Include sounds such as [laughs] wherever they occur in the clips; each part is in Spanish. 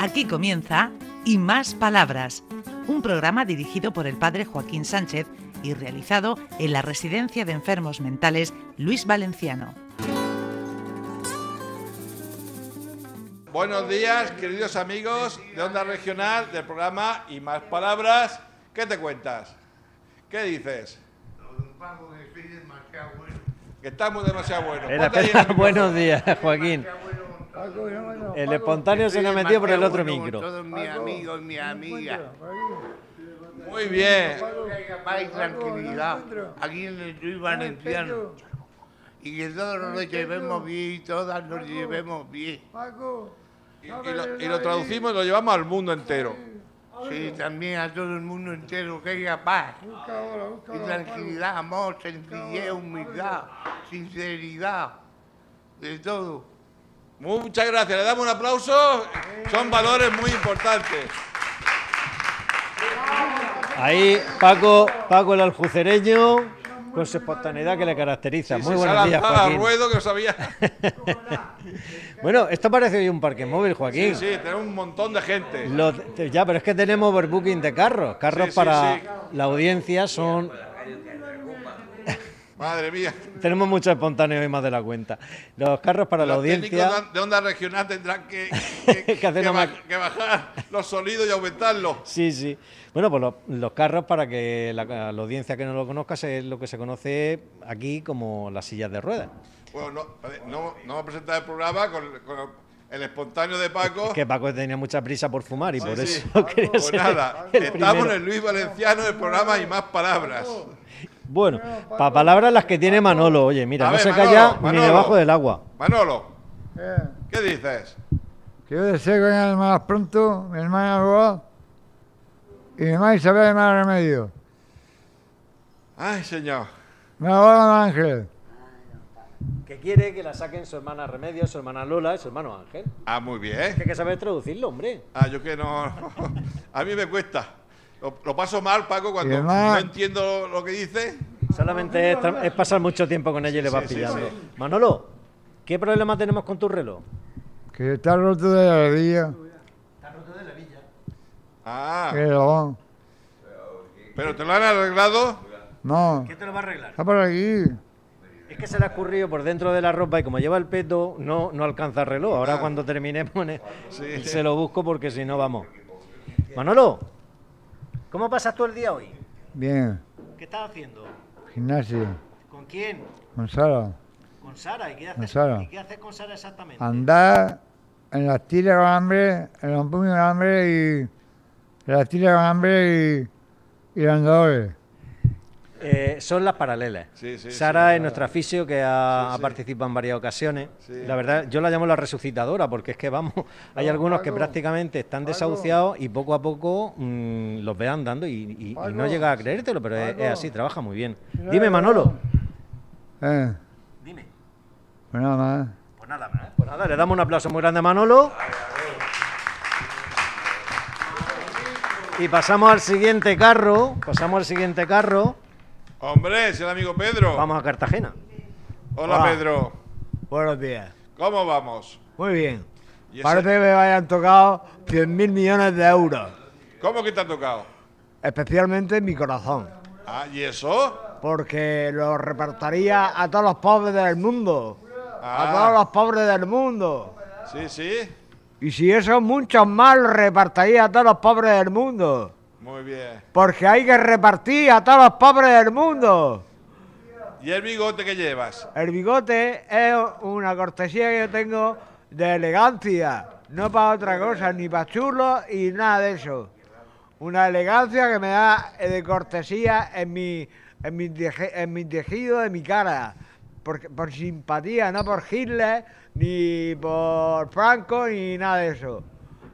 Aquí comienza Y Más Palabras, un programa dirigido por el padre Joaquín Sánchez y realizado en la Residencia de Enfermos Mentales Luis Valenciano. Buenos días, queridos amigos de Onda Regional, del programa Y Más Palabras. ¿Qué te cuentas? ¿Qué dices? Que estamos demasiado buenos. [laughs] Era- Ponte ahí en el micrófono. buenos días, Joaquín. Paco, llámalo. El Paco, espontáneo se Estoy nos en metió por el Mateo otro Uno con micro. Todos mis amigos, mis amigas. Muy bien. Paz y tranquilidad. Aquí en el Luis Valenciano. Y que todos nos llevemos bien y todas nos llevemos bien. Paco, Y, y lo, y lo traducimos y lo llevamos al mundo entero. Sí, también a todo el mundo entero que haya paz. busca ahora, busca Y ahora, tranquilidad, amor, sencillez, humildad, sinceridad. De todo. Muchas gracias. Le damos un aplauso. Son valores muy importantes. Ahí Paco, Paco el aljucereño, con su espontaneidad que le caracteriza. Sí, Muy sí, se ha buenos días, lanzado al Joaquín. ruedo que lo sabía. Bueno, esto parece hoy un parque móvil, Sí, Joaquín. sí, tenemos un montón de gente. Lo- te- ya, pero es que tenemos overbooking de carros. Carros Sí, sí, para sí. la audiencia son... Madre mía. Tenemos mucho espontáneo hoy más de la cuenta. Los carros para la Los técnicos audiencia... de- de onda regional tendrán [laughs] que, Que hacer que una baj- ma- que bajar los sonidos y aumentarlos. Sí, sí. Bueno, pues los, los carros, para que la, la audiencia que no lo conozca, es lo que se conoce aquí como las sillas de ruedas. Bueno, no, a ver, no, no vamos a presentar el programa con, con el espontáneo de Paco. Que Paco tenía mucha prisa por fumar y por Sí, sí. eso [laughs] quería Pues ser nada, el estamos en primero. el Luis Valenciano del programa y más palabras. Bueno, para palabras las que tiene Manolo. Oye, mira, A no ver, se Manolo, calla Manolo. ni debajo del agua. Manolo, Eh, ¿qué dices? que yo deseo que vengan más pronto, mi hermana Roa y mi mamá Isabel de Más Remedio. Ay, señor. Mi abuelo Don Ángel. Que quiere que la saquen su hermana Remedio, su hermana Lola y su hermano Ángel. Ah, muy bien. Hay que saber traducirlo, hombre. Ah, yo que no. [laughs] A mí me cuesta. Lo, lo paso mal, Paco, cuando Y además- no entiendo lo que dice. Solamente es, tra- es pasar mucho tiempo con ella y le vas sí, sí, pillando. sí. Manolo, ¿qué problema tenemos con tu reloj? Que está roto de la rodilla. Ah, Que lo- pero te lo han arreglado. No, te lo va a arreglar? está por aquí. Es que se le ha escurrido por dentro de la ropa y como lleva el peto, no, no alcanza el reloj. Ahora cuando termine pone, Sí. se lo busco porque si no vamos. Manolo, ¿cómo pasas tú el día hoy? Bien, ¿Qué estás haciendo? gimnasio. ¿Con quién? Con Sara. ¿Con Sara? ¿Y qué Con Sara. y qué haces con Sara exactamente? andar en las tiras con hambre, en los puños con hambre y en las tiras con hambre y, y los andadores. Eh, son las paralelas. Sí, sí, Sara sí, es nuestra fisio que ha, ha participado en varias ocasiones. La verdad, yo la llamo la resucitadora porque es que vamos, [laughs] hay algunos que Paco, prácticamente están Paco. desahuciados y poco a poco mm, los ve andando y, y- y no Paco, llega a creértelo, pero es, es Paco. así, trabaja muy bien. Mira, Dime, mira. Manolo. Eh, Dime. pues nada más. Pues nada más. Pues nada, le damos un aplauso muy grande a Manolo. Y pasamos al siguiente carro, pasamos al siguiente carro, Hombre, es el amigo Pedro. vamos a Cartagena. Hola, Hola. Pedro. Buenos días. ¿Cómo vamos? Muy bien. ¿Y ese- Parece que me hayan tocado 100.000 millones de euros. ¿Cómo que te ha tocado? Especialmente en mi corazón. Ah, ¿y eso? Porque lo repartiría a todos los pobres del mundo. Ah. A todos los pobres del mundo. Sí, sí. Y si eso muchos más lo repartiría a todos los pobres del mundo. Muy bien. Porque hay que repartir a todos los pobres del mundo. ¿Y el bigote que llevas? El bigote es una cortesía que yo tengo de elegancia, no para otra cosa, ni para chulo y nada de eso. Una elegancia que me da eh, de cortesía en mi, en mi, teje- en mi tejido de mi cara. Por, por simpatía, no por Hitler, ni por Franco, ni nada de eso.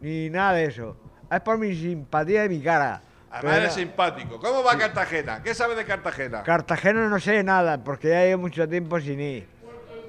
Ni nada de eso. Es por mi simpatía de mi cara. Además Pero- eres simpático. ¿Cómo va Cartagena? ¿Qué sabes de Cartagena? Cartagena no sé nada, porque ya llevo mucho tiempo sin ir.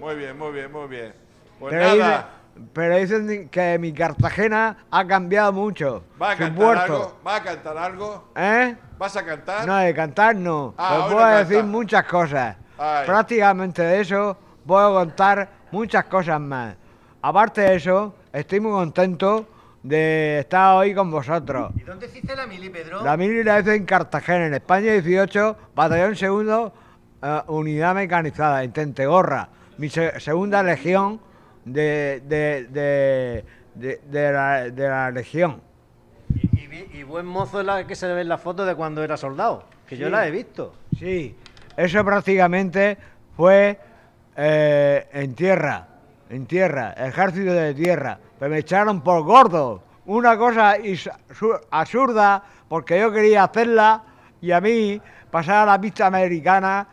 Muy bien, muy bien, muy bien. Pues pero, nada, dicen, pero dicen que mi Cartagena ha cambiado mucho. ¿va a Su cantar puerto. algo? ¿Va a cantar algo? ¿Eh? ¿Vas a cantar? No, de cantar no. Ah, Pero hoy no puedo canta. decir muchas cosas. Ay. Prácticamente de eso puedo contar muchas cosas más. Aparte de eso, estoy muy contento de estar hoy con vosotros. ¿Y dónde hiciste la mili, Pedro? La mili la hice en Cartagena, en España 18, batallón segundo, eh, unidad mecanizada, en Tentegorra, mi se- segunda legión de, de, de, de- de la, de la legión. Y, y vi- y buen mozo es la que se le ve en la foto de cuando era soldado, que yo Sí. la he visto. Sí, eso prácticamente fue eh, en tierra, en tierra, ejército de tierra. Pero me echaron por gordo. Una cosa is- su- absurda, porque yo quería hacerla y a mí pasar a la pista americana,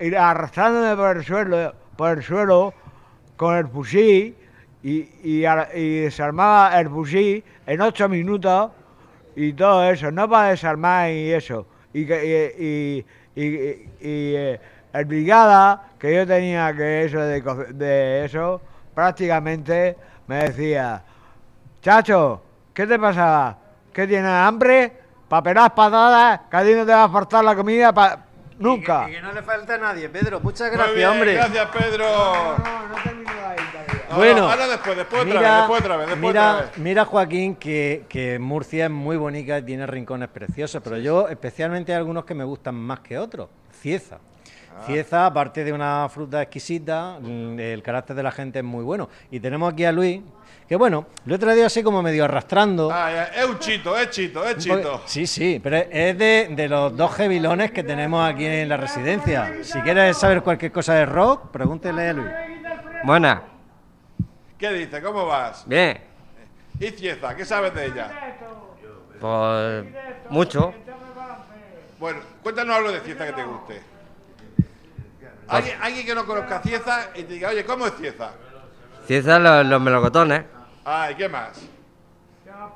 ir arrastrándome por el suelo, por el suelo con el fusil y, y, ar- y desarmaba el fusil en ocho minutos y todo eso, no para desarmar y eso. Y, que- y, y, y- y, eh, el brigada que yo tenía que eso de, co- de eso, prácticamente me decía, chacho, ¿qué te pasaba? ¿Qué tienes hambre? Papelas patadas, que a ti no te va a faltar la comida pa- nunca. Y que no le falta a nadie, Pedro. Muchas Muy gracias, bien, hombre. Gracias, Pedro. No, no termino ahí todavía. Ahora- Bueno, ahora después, después otra mira- vez, después otra vez, después mira, otra vez. mira, Joaquín, que, que Murcia es muy bonita y tiene rincones preciosos, pero yo especialmente hay algunos que me gustan más que otros. Cieza. Ah. Cieza, aparte de una fruta exquisita, mm, el carácter de la gente es muy bueno. Y tenemos aquí a Luis, que bueno, el otro día así como medio arrastrando. Ah, ya, es un chito, es chito, es un poco- chito. Sí, sí, pero es de, de los dos jevilones que tenemos aquí en la residencia. Si quieres saber cualquier cosa de rock, pregúntele a Luis. Buena, ¿Qué dice? ¿Cómo vas? bien. ¿Y Cieza? ¿Qué sabes de ella? Pues mucho. Bueno, cuéntanos algo de Cieza que te guste. Pues Alguien, alguien que no conozca Cieza y te diga, oye, ¿cómo es Cieza? Cieza los, los melocotones Ah, ¿y qué más?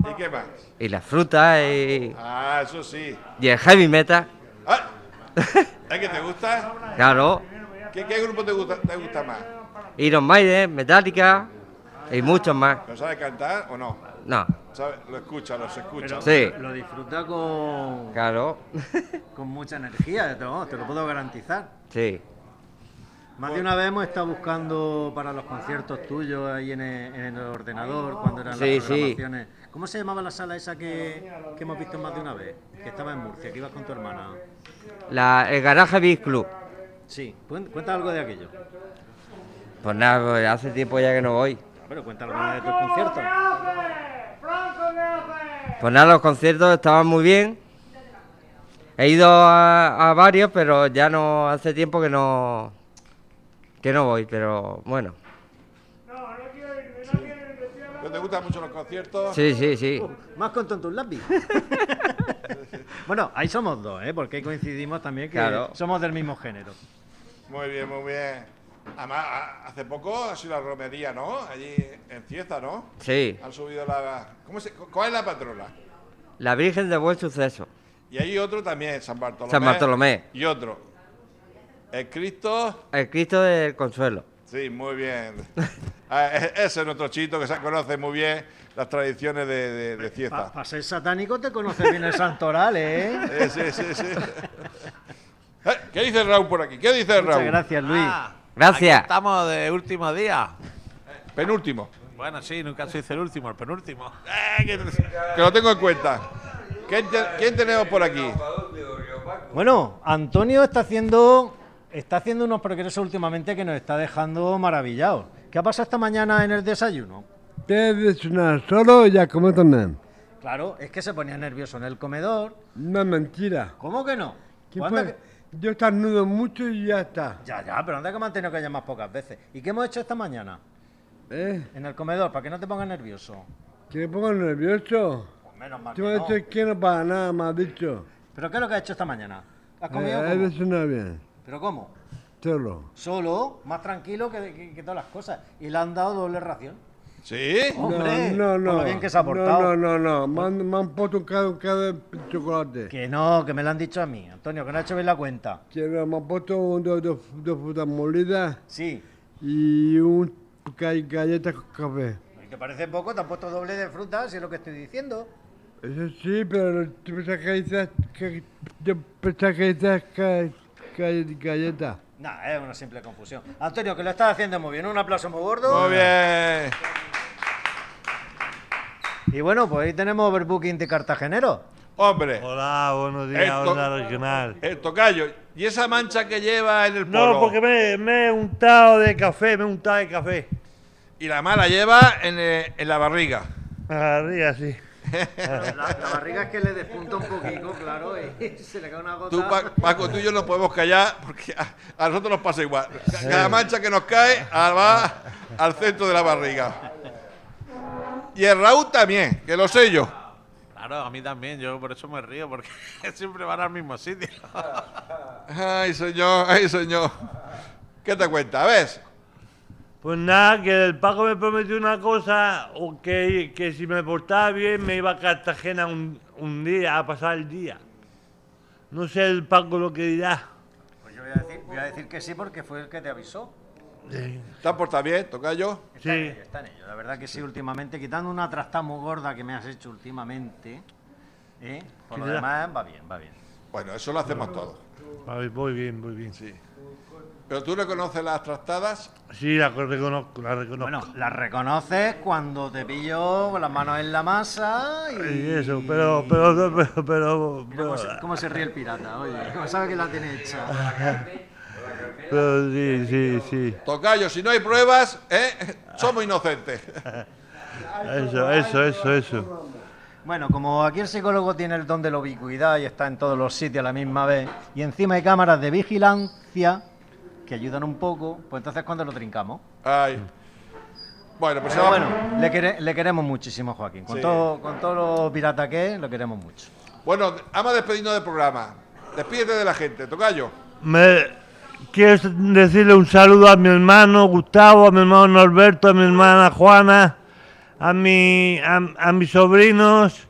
¿Y qué más? y las frutas y, Ah, eso sí. y el heavy metal. Ah, ¿Es que te gusta? Claro, ¿Qué, qué grupo te gusta, te gusta más? Iron Maiden, Metallica y muchos más. ¿Lo sabes cantar o no? No, ¿Sabe? Lo escucha, los escucha. sí, Lo disfruta con, claro, con mucha energía, de todo, te lo puedo garantizar. sí. Más de una vez hemos estado buscando para los conciertos tuyos ahí en el, en el ordenador, cuando eran Sí, las sí. programaciones. ¿Cómo se llamaba la sala esa que, que hemos visto más de una vez? Que estaba en Murcia, que ibas con tu hermana. La, el Garaje Beat Club. Sí, cuen- cuenta algo de aquello. Pues nada, pues hace tiempo ya que no voy. Ah, Pero cuenta alguna de tus conciertos. Pues nada, los conciertos estaban muy bien. He ido a, a varios, pero ya no hace tiempo que no que no voy, pero bueno. ¿No te gustan mucho los conciertos? Sí, sí, sí. Uh, Más con tonto un lápiz. [laughs] bueno, ahí somos dos, ¿eh? porque coincidimos también que Claro. somos del mismo género. Muy bien, muy bien. Además, a- hace poco ha sido la romería, ¿no? Allí en Cieza, ¿no? Sí. Han subido la... ¿cómo se- ¿Cuál es la patrona? La Virgen de Buen Suceso. Y hay otro también, San Bartolomé. San Bartolomé. Y otro. El Cristo... El Cristo del Consuelo. Sí, muy bien. Ah, e- Ese es nuestro chito que se conoce muy bien las tradiciones de, de, de Para Cieza. ser satánico te conoces bien el santoral, ¿eh? [laughs] Eh, sí, sí, sí. Eh, ¿Qué dice Raúl por aquí? ¿Qué dice Muchas Raúl? gracias, Luis. Ah, Gracias. aquí estamos de último día. Penúltimo. Bueno, sí, nunca se dice el último, el penúltimo. Eh, que, que lo tengo en cuenta. ¿Quién, te- quién tenemos por aquí? Bueno, Antonio está haciendo, está haciendo unos progresos últimamente que nos está dejando maravillados. ¿Qué ha pasado esta mañana en el desayuno? Debes una solo ya como también. Claro, es que se ponía nervioso en el comedor. No mentira. ¿Cómo que no? ¿Qué ¿Cuándo fue? que- Yo estornudo mucho y ya está. Ya, ya, pero anda que me han tenido que llamar pocas veces. ¿Y qué hemos hecho esta mañana? ¿Eh? En el comedor, para que no te pongas nervioso. ¿Que me pongo nervioso? Pues menos mal que Yo no. no te quiero para nada, me has dicho. ¿Pero qué es lo que has hecho esta mañana? ¿Has comido? Eh, o cómo? Debes una bien. ¿Pero cómo? Solo. Solo, más tranquilo que, que- que todas las cosas. Y le han dado doble ración. ¿Sí? ¡Hombre! no, no, no. Por lo bien que se ha portado. No, no, no. no. Me, han, me han puesto un cada, un cada de chocolate. Que no, que me lo han dicho a mí, Antonio, que no ha hecho bien la cuenta. Que no, me han puesto un- dos, dos, dos frutas molidas Sí. y un gall- galleta con café. ¿Y ¿Te parece poco? Te han puesto doble de fruta, si es lo que estoy diciendo. Eso sí, pero tú pensás que dices que yo pensaba que dices que, que galleta. Nah, es una simple confusión. Antonio, que lo estás haciendo muy bien. Un aplauso muy gordo. Muy bien. Y Y bueno, pues ahí tenemos overbooking de cartagenero. Hombre, Hola, buenos días, Esto- Onda Regional. el tocayo. ¿Y esa mancha que lleva en el polo? No, porque me, me he untado de café, me he untado de café. Y la mala lleva en, eh, en la barriga. Arriba, Ah, sí. La, barriga es que le despunta un poquito, claro, y [laughs] se le cae una gota. Tú, Pa- Paco, tú y yo nos podemos callar porque a, a nosotros nos pasa igual. Ca- Cada mancha que nos cae a- va al centro de la barriga. Y el Raúl también, que lo sé yo. Claro, a mí también, yo por eso me río, porque [laughs] siempre van al mismo sitio. Ay, señor, ay, señor. ¿Qué te cuenta? ¿Ves? Pues nada, que el Paco me prometió una cosa, o que, que si me portaba bien me iba a Cartagena un, un día, a pasar el día. No sé el Paco lo que dirá. Pues yo voy a, decir, voy a decir que sí porque fue el que te avisó. ¿Te has portado bien, tocayo? Está en Sí. ello, está en ello. La verdad que sí, últimamente, quitando una trastada muy gorda que me has hecho últimamente, ¿eh? por lo Quizá. demás va bien, va bien. Bueno, eso lo hacemos todos. Ay, Voy bien, voy bien. Sí, Sí. Pero tú reconoces las trastadas. la reconozco, la reconozco. Bueno, la reconoces cuando te pillo con las manos en la masa y... Y eso, pero, pero, pero, pero, Mira pero, cómo se, cómo se ríe el pirata, oye, como sabe que la tiene hecha. pero sí, sí, sí. Tocayo, si no hay pruebas, ¿eh? somos inocentes. Eso, eso, eso, eso. Bueno, como aquí el psicólogo tiene el don de la ubicuidad y está en todos los sitios a la misma vez, y encima hay cámaras de vigilancia que ayudan un poco, pues entonces cuando lo trincamos. Ay. Bueno, pues Pero ahora- bueno, le, quere- le queremos muchísimo, Joaquín. Con, Sí. todo, con todo lo pirata que es, lo queremos mucho. Bueno, vamos a despedirnos del programa. Despídete de la gente, tocayo. Me, quiero decirle un saludo a mi hermano Gustavo, a mi hermano Norberto, a mi hermana Juana, a, mi, a, a mis sobrinos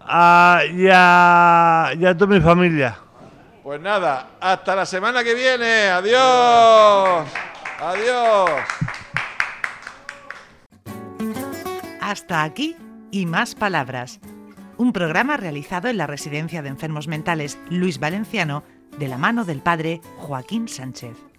a- y, a, y a toda mi familia. Pues nada, hasta la semana que viene. Adiós. Adiós. Hasta aquí y más palabras. Un programa realizado en la Residencia de Enfermos Mentales Luis Valenciano de la mano del padre Joaquín Sánchez.